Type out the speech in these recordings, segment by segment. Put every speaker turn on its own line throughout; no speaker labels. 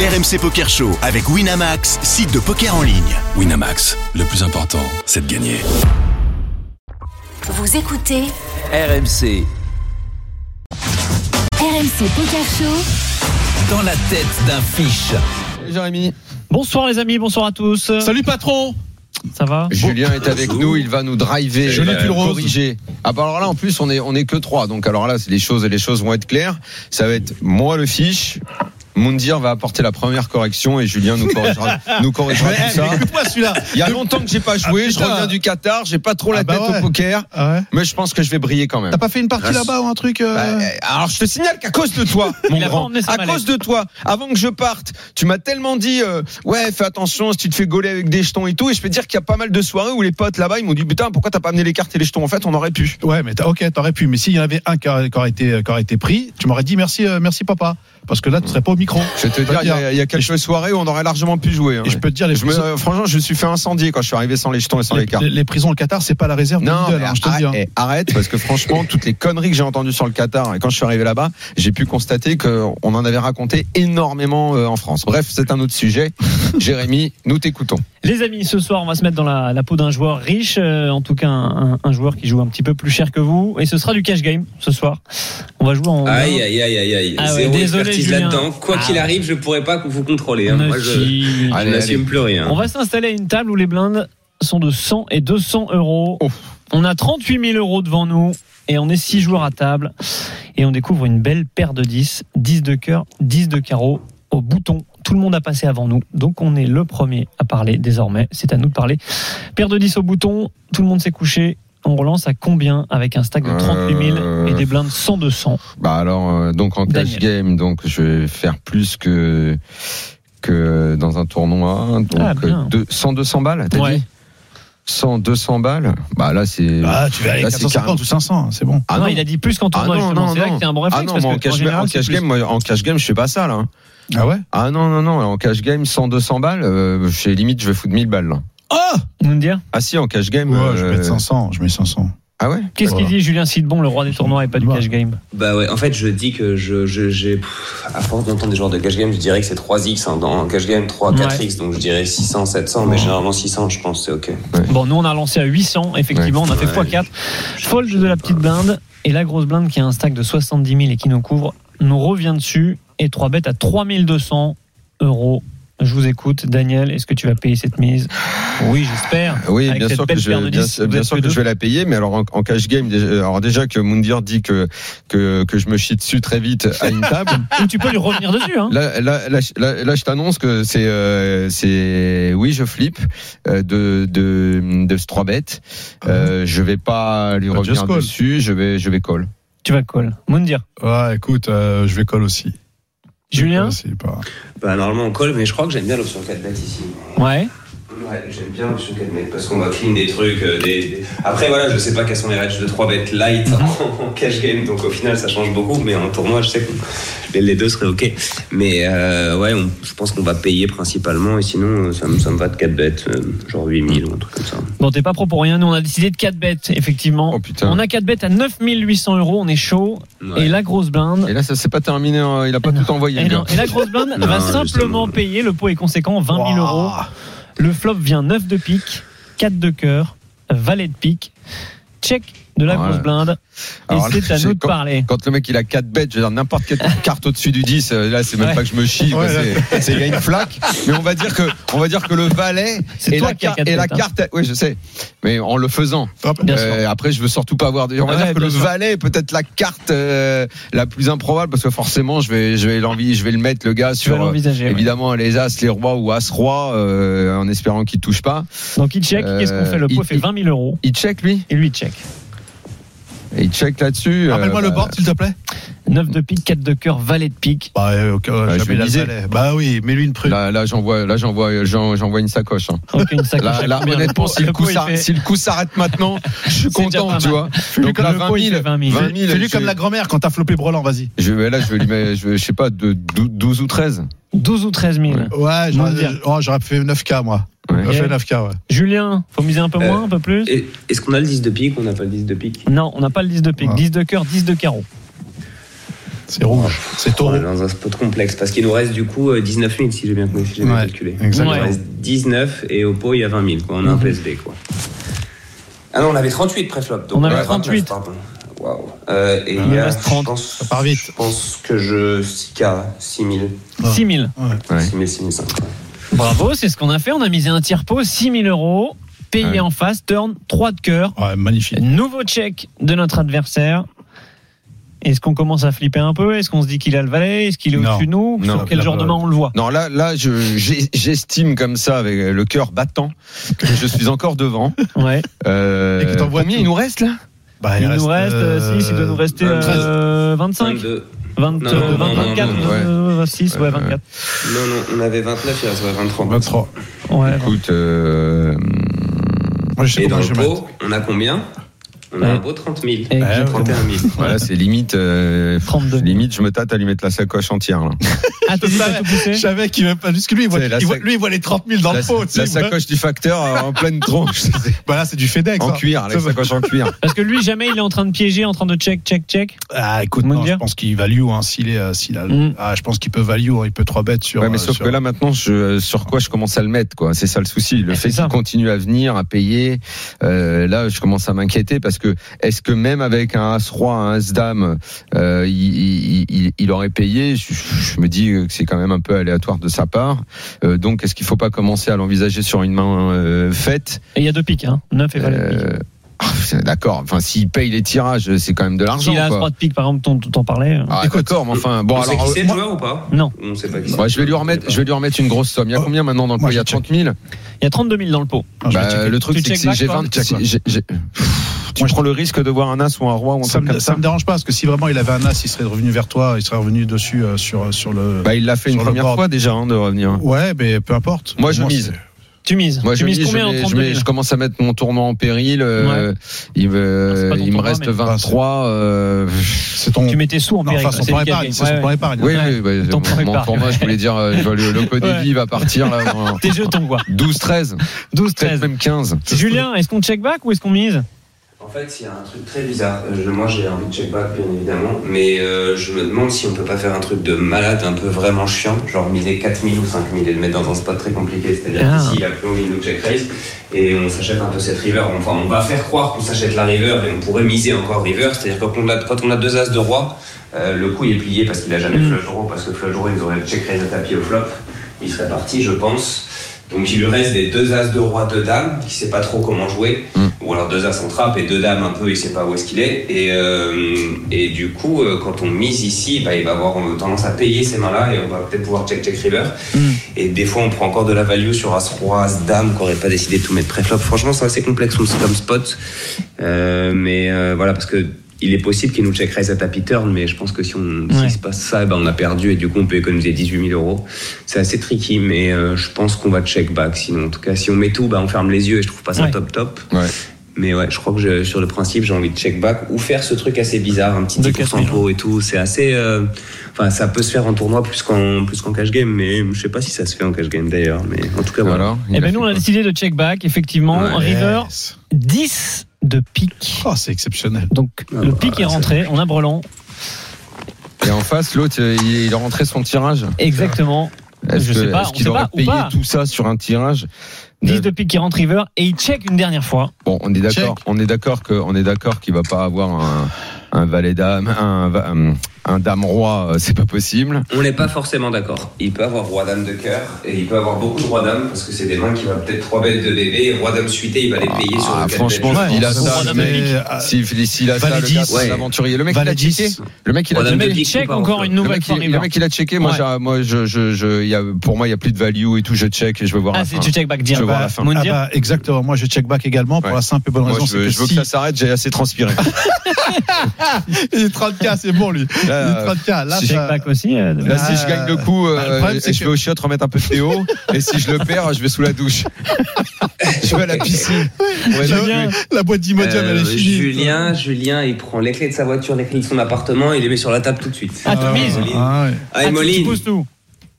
RMC Poker Show avec Winamax, site de poker en ligne.
Winamax, le plus important, c'est de gagner.
Vous écoutez
RMC,
RMC Poker Show.
dans la tête d'un fiche.
Jérémy.
Bonsoir les amis, bonsoir à tous.
Salut patron
Ça va
Julien est avec nous, il va nous driver,
Joli
euh,
pull rose.
corriger. Ah bah alors là en plus on est on est que trois, donc alors là c'est les choses les choses vont être claires. Ça va être moi le fiche. Moundir va apporter la première correction et Julien nous corrigera, nous corrigera
Mais,
tout ça.
mais écoute-moi celui-là.
Il y a longtemps que j'ai pas joué, je
putain.
reviens du Qatar, j'ai pas trop la
Ah bah
tête
ouais.
au poker,
Ah ouais.
mais je pense que je vais briller quand même.
T'as pas fait une partie là-bas ou un truc euh,
Bah, euh, alors je te signale qu'à cause de toi, mon
a pas
grand,
emmené sa
à
mallette.
cause de toi, avant que je parte, tu m'as tellement dit euh, ouais fais attention si tu te fais gauler avec des jetons et tout, et je peux te dire qu'il y a pas mal de soirées où les potes là-bas ils m'ont dit putain pourquoi t'as pas amené les cartes et les jetons en fait on aurait pu.
Ouais, mais t'as- ok, t'aurais pu. Mais s'il y en avait un qui aurait qui aurait été, qui aurait été pris, tu m'aurais dit merci, euh, merci papa, parce que là tu serais pas au micro.
Je vais te dire il y a- il y, a quelques soirées où on aurait largement pu jouer. hein.
Et je peux te dire les
Je me-
prisons,
euh, franchement je me suis fait incendier quand je suis arrivé sans les jetons et sans les,
les,
cartes.
les- les prisons au Qatar, c'est pas la
Ah,
réserve.
Non,
de Lidl,
mais
hein, je te le dis.
arrête,
hein.
eh, arrête, parce que franchement, toutes les conneries que j'ai entendues sur le Qatar, et quand je suis arrivé là-bas, j'ai pu constater qu'on en avait raconté énormément euh, en France. Bref, c'est un autre sujet. Jérémy, nous t'écoutons.
Les amis, ce soir on va se mettre dans la, la peau d'un joueur riche, euh, en tout cas un, un- un joueur qui joue un petit peu plus cher que vous, et ce sera du cash game ce soir. On va jouer en...
Aïe, aïe, aïe, aïe, aïe.
Ah ouais,
Zéro
désolé,
expertise
Julien.
là-dedans. Quoi
Ah.
qu'il arrive, je pourrais pas vous contrôler. hein.
Monsieur.
Moi, je, je
Allez,
n'assume plus rien.
On va s'installer à une table où les blindes sont de 100 et 200 euros.
Oh.
On a 38 000 euros devant nous et on est 6 joueurs à table et on découvre une belle paire de 10, 10 de cœur, 10 de carreau au bouton. Tout le monde a passé avant nous, donc on est le premier à parler désormais. C'est à nous de parler. Paire de 10 au bouton, tout le monde s'est couché. On relance à combien avec un stack de 38
Euh.
000 et des blindes 100-200
Bah alors, euh, donc en cash
Daniel.
game, donc je vais faire plus que que dans un tournoi, donc
Ah, bien.
euh, deux- 100 200 balles, t'as
Ouais.
dit 100 200 balles. Bah là c'est
Ah, tu vas aller
Là, c'est
450 ou 500, c'est bon.
Ah
non,
non.
il a dit plus qu'en
Ah
tournoi.
non,
justement.
non,
c'est là
non.
que c'est un bon réflexe
Ah non,
parce
mais en
que en
cash,
général,
en
c'est
cash
plus.
game, moi, en cash game, je fais pas ça là. hein.
Ah ouais
Ah non non non, en cash game 100 200 balles, euh, chez limite je vais foutre 1000 balles. là.
Nous dire
Ah si, en cash game.
Ouais,
euh,
je mets 500, je mets 500.
Ah ouais.
Qu'est-ce
Voilà.
qu'il dit Julien Sidbon, le roi des tournois et pas du
Voilà.
cash game
Bah ouais, en fait, je dis que je, je- j'ai, pff, à force d'entendre des joueurs de cash game, je dirais que c'est 3x hein, dans cash game, 3,
Ouais.
4x, donc je dirais 600, 700, mais généralement 600, je pense, c'est ok.
Bon, nous on a lancé à 800, effectivement, on a fait
Ouais.
x4. Fold de la petite blinde et la grosse blinde qui a un stack de 70 000 et qui nous couvre, nous revient dessus et 3 bêtes à 3200 euros. Je vous écoute, Daniel, est-ce que tu vas payer cette mise Oui, j'espère.
Oui,
Avec
bien
cette
sûr que
belle
je
paire de
vais, bien,
dix, vous
bien
êtes
sûr
que
que je
deux.
vais la payer, mais alors en, en cash game, déjà- alors déjà que Moundir dit que, que que je me chie dessus très vite à une table.
Ou tu peux lui revenir dessus. Hein.
Là, là, là, je- là, là, je t'annonce que c'est, euh, c'est, oui, je flippe euh, de de de ce 3 bêtes. Euh, je vais pas lui
Ah,
revenir
just call.
dessus. Je vais, je vais call.
Tu vas call. Moundir.
Ouais, écoute, euh, je vais coller aussi. Je vais
Julien
colle aussi, pas-
Bah normalement on colle, mais je crois que j'aime bien l'option 4 bêtes ici.
Ouais.
Ouais, j'aime bien l'option 4 bêtes parce qu'on va clean des trucs. euh, des, des- Après voilà, je sais pas quelles sont les règles de 3 bêtes light en cash game, donc au final ça change beaucoup, mais en tournoi je sais que les- les deux seraient ok. Mais euh, ouais, on- je pense qu'on va payer principalement et sinon euh, ça me, ça me va de 4 bêtes, euh, genre 8000 ou un truc comme ça.
Bon, t'es pas pro pour rien. Nous, on a décidé de 4 bêtes, effectivement.
Oh putain.
On a 4 bêtes à 9800 euros. On est chaud.
Ouais.
Et la grosse blinde,
Et là, ça s'est pas terminé. hein, il a pas
Ah Non.
tout envoyé.
Et,
le
non,
gars.
et la grosse blinde
Non,
va
justement.
simplement payer. Le pot est conséquent, 20 000 euros. Le flop vient 9 de pique, 4 de cœur, valet de pique, check de la
Ouais.
grosse blinde. Et
Alors là,
c'est à
c'est
nous de
quand-
parler.
Quand le mec il a 4 bêtes, je veux dire n'importe quelle carte au-dessus du 10, euh, là c'est même
Ouais.
pas que je me chie, quoi,
Ouais, là.
c'est- c'est il y a une flaque. Mais on va dire que on va dire que le valet
C'est
et
toi
la,
qui as
carte
quatre
et la
bêtes, hein.
carte, oui je sais, mais en le faisant.
Hop.
Bien
Euh, après, je veux surtout pas avoir. des- On va
Ouais,
dire que
bien
le
sûr.
valet est peut-être la carte euh, la plus improbable parce que forcément, je vais, je vais l'envie, je vais le mettre le gars
Tu
sur.
vas
euh,
l'envisager. ouais.
Évidemment, les as, les rois ou as roi, euh, en espérant qu'il touche pas.
Donc il check. Qu'est-ce qu'on fait Le pot
Euh,
fait
il-
20 000 euros.
Il check lui,
Et lui, il check.
il check là-dessus. euh,
Rappelle-moi le
bah,
board, s'il te plaît.
9 de pique, 4 de cœur, valet de pique.
Bah, euh, ok,
je
j'avais
vais
la
liser.
valet. Bah oui, mets-lui une prune.
Là, là j'envoie, là, j'envoie, j'en- j'envoie une sacoche. hein.
Ok, une sacoche
Là,
à
là,
combien Le
honnêtement,
pot-
si le, coup
pot, il
s'arrête-
fait-
si le coup s'arrête maintenant, je suis
déjà
content,
pas
tu
mal.
vois.
le
Donc
coup,
là,
le pot,
20
il
000,
fait 20 000.
20 000,
Fais-lui
je-
comme la grand-mère quand t'as flopé Broland, vas-y.
Je vais, là, je vais lui mettre, je, vais- je sais pas, de, dou- 12 ou 13.
12 ou 13 000.
Ouais,
Moins
j'aurais,
bien.
oh, j'aurais fait 9K, moi.
Ouais.
J'aurais fait
Ok.
9K, ouais.
Julien, faut miser un peu
Euh,
moins, un peu plus
Et- Est-ce qu'on a le 10 de pique ou on n'a pas le 10 de pique
Non, on n'a pas le 10 de pique.
Ah.
10 de cœur, 10 de carreau.
C'est rouge. C'est
On
taureau.
est dans un spot complexe parce qu'il nous reste du coup euh, 19 000 si j'ai bien, si j'ai bien
Ouais,
calculé.
exactement.
Il nous reste 19 et au pot il y a 20 000 quoi. On a un PSB quoi. Ah non, on avait 38 préflop. donc
On avait
29,
38.
pardon. Waouh. Euh, et il y a,
reste 30,
je pense,
ça part vite.
Je pense que je 6K, 6 000,
6 000.
Ouais.
6 000, 6 500. quoi.
Bravo, c'est ce qu'on a fait. On a misé un tir pot, 6 000 euros. Payé
Ouais.
en face, turn, 3 de cœur.
Ouais, magnifique.
Nouveau check de notre adversaire. Est-ce qu'on commence à flipper un peu Est-ce qu'on se dit qu'il a le valet Est-ce qu'il est
Non.
au-dessus de nous
Non.
Sur quel genre de main on le voit
Non, là, là, je- j'ai- j'estime comme ça, avec le cœur battant, que je suis encore devant.
Ouais.
Euh,
Et que t'en vois
combien
tout.
il nous reste là
Bah,
Il nous reste, euh, si, il doit nous rester
euh,
euh, 25,
22.
20,
Non, non, non,
24,
non, non,
ouais.
euh, 26, ouais,
Euh,
24.
Non, non, on avait 29, il reste ouais, 23.
23.
Ouais,
Écoute, euh,
Moi, je sais
Et dans le
comment je vais mettre.
pot, on a combien On a
Ouais.
un beau 30 000.
Et-
Ouais,
31 000.
voilà, c'est limite. euh,
32.
Limite, je me tâte à lui mettre la sacoche entière. Là.
Ah, t'es dit pas tout
Je
poussé
savais qu'il veut pas. Parce que lui, il voit,
C'est la
il voit-
sac-
lui, il voit les 30 000 dans
La,
le pot. tu
la
sais,
sacoche du facteur en pleine tronche.
Bah là, c'est du FedEx.
en
ça.
cuir, la
Ça,
sacoche en cuir.
Parce que lui, jamais il est en train de piéger, en train de check, check, check.
Ah, écoute,
Comment
non,
dire
je pense qu'il value. Hein, s'il est, euh, s'il a,
Mm.
ah, je pense qu'il peut value. hein, il peut 3 bêtes sur.
Ouais, mais
euh,
sauf
sur-
que là maintenant, je, euh, sur quoi je commence à le mettre, quoi. C'est ça le souci. Le
Ah,
fait
c'est ça.
qu'il continue à venir, à payer, euh, là, je commence à m'inquiéter parce que est-ce que même avec un as roi, un as dame, euh, il, il, il- il aurait payé je, je me dis que c'est quand même un peu aléatoire de sa part. Euh, donc, est-ce qu'il faut pas commencer à l'envisager sur une main euh, faite
Et il y a deux piques, hein. 9 et valet. de pique.
Euh, ah, D'accord. Enfin, s'il paye les tirages, c'est quand même de l'argent.
S'il a
quoi.
3 de pique, par exemple, dont t'en parlais. euh,
Ah,
Écoute.
d'accord, mais enfin, bon
on sait
alors. euh,
qui c'est le
moi-
joueur ou pas
Non.
On sait pas qui c'est.
Ouais, je vais lui remettre, je vais lui remettre une grosse somme. Il y a combien maintenant dans le
Moi,
pot Il y a
je check.
30 000
Il y a 32 000 dans le pot.
Ah, je vais
Bah,
checker.
le truc,
Tu
c'est que
check
si
back,
j'ai
toi
20.
Check
si
back.
j'ai- j'ai- Tu
Moi, je-
prends le risque de voir un as ou un roi ou un
Ça
truc
me,
comme
ça
ça
me dérange pas parce que si vraiment il avait un as, il serait revenu vers toi, il serait revenu dessus euh, sur sur le.
Bah, il l'a fait une
Sur le
première
board.
fois déjà hein, de revenir.
ouais, mais peu importe.
Moi, je mise.
c'est-
Tu mises.
Moi,
tu
je,
mises
dis, je
combien
mets-
en
je,
32
mets-
000
je commence à mettre mon tournoi en péril. euh, Il, me-
Ah, C'est pas ton
il me
tournoi,
reste
mais- Ah,
23. euh,
C'est ton.
Tu mets tes sous en
Non,
péril.
enfin, son
c'est
plan
le cas,
épargne.
ok.
C'est
Ouais,
son plan
ouais.
épargne.
Oui, oui, bah,
Ton
mon, mon
préparé.
tournoi, je voulais dire, euh, je vois le, le code
Ouais.
va partir là, dans
Tes jeux, t'en vois.
12, 13,
12,
peut-être
13.
même 15.
Julien, est-ce qu'on check back ou est-ce qu'on mise
En fait, il y a un truc très bizarre. Euh, je- moi, j'ai envie de check back, bien évidemment, mais euh, je me demande si on peut pas faire un truc de malade, un peu vraiment chiant, genre miser 4000 ou 5000 et le mettre dans un spot très compliqué. C'est-à-dire
Ah.
qu'ici, il a plus envie de nous check raise et on s'achète un peu cette river. Enfin, on va faire croire qu'on s'achète la river et on pourrait miser encore river. C'est-à-dire que quand on a, quand on a deux as de roi, euh, le coup il est plié parce qu'il a jamais flush draw, parce que flush draw, ils auraient check raise à tapis au flop. Il serait parti, je pense. Donc il lui reste des deux as de roi, deux dames, qui sait pas trop comment jouer, ou alors deux as en trappe et deux dames un peu, il sait pas où est-ce qu'il est. Et, euh, et du coup, euh, quand on mise ici, bah, il va avoir euh, tendance à payer ces mains-là et on va peut-être pouvoir check check river. Et des fois, on prend encore de la value sur as roi, as dame, qu'on aurait pas décidé de tout mettre préflop. Franchement, c'est assez complexe comme comme spot, Euh, mais euh, voilà parce que. Il est possible qu'il nous check raise à tapis turn, mais je pense que si on
Ouais.
s'il se passe ça, eh ben on a perdu et du coup on peut économiser 18 000 euros. C'est assez tricky, mais euh, je pense qu'on va check back. Sinon, en tout cas, si on met tout, bah, on ferme les yeux et je trouve pas ça
Ouais.
top top.
Ouais.
Mais ouais, je crois que je- sur le principe, j'ai envie de check back ou faire ce truc assez bizarre, un petit
De
10%
4 000.
pro et tout. C'est assez. euh, Enfin, ça peut se faire en tournoi plus qu'en plus qu'en cash game, mais je sais pas si ça se fait en cash game d'ailleurs. Mais en tout cas, voilà.
Alors, il
Eh
a
ben
fait
nous, on a
quoi
décidé de check back, effectivement.
Ouais.
River,
Yes.
10 de pique.
Eh, Oh, c'est exceptionnel.
Donc,
Ah,
le
bah,
pique est
c'est-
rentré, on a Brelan.
Et en face, l'autre, il, il a rentré son tirage.
Exactement.
Est-ce
Je
que-
sais pas,
est-ce
on
qu'il
sait
aurait
pas, ou
payé
pas.
tout ça sur un tirage
10 de pique qui rentre River et il check une dernière fois.
Bon, on est d'accord,
Check.
on est d'accord que, on est d'accord qu'il va pas avoir un, un valet dame, un, va- un- un dame roi, euh, c'est pas possible.
On n'est pas forcément d'accord. Il peut avoir roi dame de cœur et il peut avoir beaucoup de roi dame parce que c'est des mains qui va peut-être 3 bêtes de bébé. Roi dame suité, il va les payer sur
Ah,
le 4
franchement,
bêtes, je
s'il a
pense.
ça,
Roi
le
dame
mec,
de
Euh,
pique.
s'il s'il a ça,
Valet
le gars,
10.
c'est un
Ouais.
aventurier. Le mec, il
Valet
a checké.
10.
Le mec, il a
Roi
Le
dame
checké.
de
mec
pique,
check
ou pas,
encore
en
une
Le
nouvelle
mec,
fois
il,
River.
le mec, il a checké. Moi,
Ouais.
j'ai- moi, je, je, je- il y a, pour moi, il y a plus de value et tout. Je check et je veux voir
Ah,
la
c'est
fin.
du check back
Je veux
direct.
voir la fin.
Ah
Moundir
bah, exactement. Moi, je check back également pour
Ouais.
la simple et bonne
Moi,
raison.
je veux,
c'est
je veux que
si-
ça s'arrête. J'ai assez transpiré.
Il est 30K, c'est bon, lui. Il est
Là,
30K. Là,
bah, si
check
ça-
back aussi. euh, de-
Là, si je gagne le coup, euh,
Bah, le problème,
et
c'est
je
que-
vais au chiottes remettre un peu de théo. et si je le perds, je vais sous la douche. je vais à la piscine. Ouais,
la,
non,
Julien.
la boîte d'Imodium, elle est
Euh,
finie.
Julien, Julien, il prend les clés de sa voiture, les clés de son appartement, il les met sur la table tout de suite.
Ah, t'as mise.
Ah, ouais.
Ah, et
Ah, tu- tu
Moline.
pousses tout.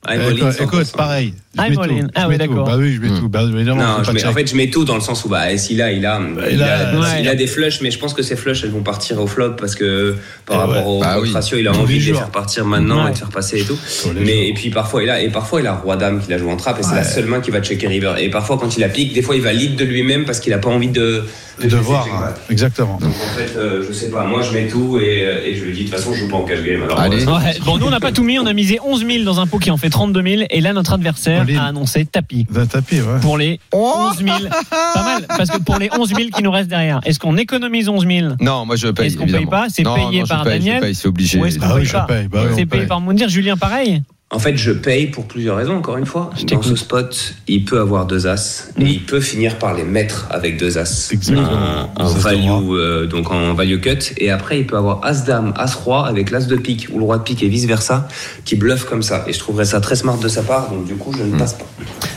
I'm all in,
Eh, Écoute,
100%.
écoute, pareil. Je
I'm
mets
all
tout.
in. Ah
Je
oui,
mets tout.
d'accord.
Bah oui, je mets tout. Bah évidemment,
Non,
c'est
je
pas
mets-
de
en
chèque.
fait, je mets tout dans le sens où bah, eh, s'il a, il a, il,
il
a,
a-
ouais.
s'il a des flushs, mais je pense que ces flushs, elles vont partir au flop parce que par
Eh
rapport
ouais.
au
Bah
votre
oui.
ratio, il a
Tous les
envie de les
jours.
faire partir maintenant
Ouais.
et de faire passer et tout.
les
Mais et puis parfois, il a et parfois il a roi dame qu'il a joué en trappe et c'est la seule main qui va checker river. Et parfois, quand il la pique, des fois, il va lead de lui-même parce qu'il a pas envie de
de
faire ses
voir.
check
hein.
back.
Exactement.
Donc en fait, euh, je sais pas. Moi, je mets tout et, euh, et je lui dis de toute façon, je joue pas en cash game. Alors,
Allez.
euh,
Ouais, Bon, nous, on n'a pas tout mis. On a misé 11 000 dans un pot qui en fait 32 000. Et là, notre adversaire
Pauline.
a annoncé tapis.
D'un tapis, ouais.
Pour les 11 000. Pas mal, parce que pour les 11 000 qui nous restent derrière, est-ce qu'on économise 11 000
Non, moi je paye.
Est-ce qu'on paye
évidemment.
pas C'est
Non,
payé
non, je
par
paye, je
Daniel
paye, C'est obligé. Ah
Ou est-ce qu'on
Bah oui,
paye
je
pas
paye. Bah oui,
C'est
on
payé
paye.
par Moundir. Julien, pareil
En fait, je paye pour plusieurs raisons, encore une fois. Dans
t'écoute.
ce spot, il peut avoir deux as et
Mm.
il peut finir par les mettre avec deux as.
Exactement.
Un, un
Deux as de
value, euh, donc en value cut. Et après, il peut avoir as dame, as roi avec l'as de pique ou le roi de pique et vice versa qui bluffe comme ça. Et je trouverais ça très smart de sa part, donc du coup, je
Mm.
ne passe pas.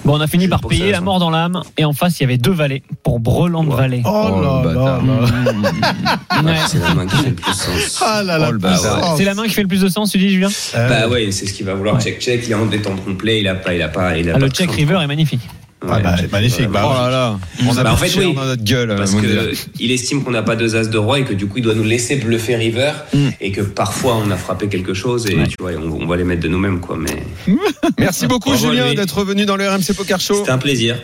Bon, on a fini
Je
par
pensais à
payer
ça.
la mort dans l'âme. Et en face, il y avait deux valets pour Breland de Valais.
Oh
Oh,
là
le
là
bâtard.
là.
Ouais.
C'est la main qui fait le plus sens.
Ah là là.
Oh, le bâtard.
puissance.
C'est la main qui fait le plus de sens, tu dis, Julien
Euh,
Bah ouais, c'est ce qu'il va vouloir
Ouais.
check check. Il est en détente complet, il a pas, il a pas, il a
Ah,
pas
Le
de
check
chance.
river est magnifique.
Ah
Ouais,
bah,
check-
magnifique.
Oh là là. On a
Bah, en
marché
fait, oui.
dans notre gueule.
Parce
mon Dieu.
que il estime qu'on n'a pas deux as de roi et que du coup il doit nous laisser bluffer River
Mm.
et que parfois on a frappé quelque chose et tu vois on, on va les mettre de nous-mêmes quoi. Mais
Merci beaucoup
Bravo à
Julien
lui.
d'être venu dans le RMC Poker Show.
c'était un plaisir.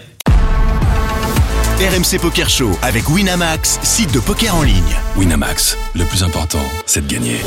RMC Poker Show avec Winamax, site de poker en ligne.
Winamax, le plus important, c'est de gagner.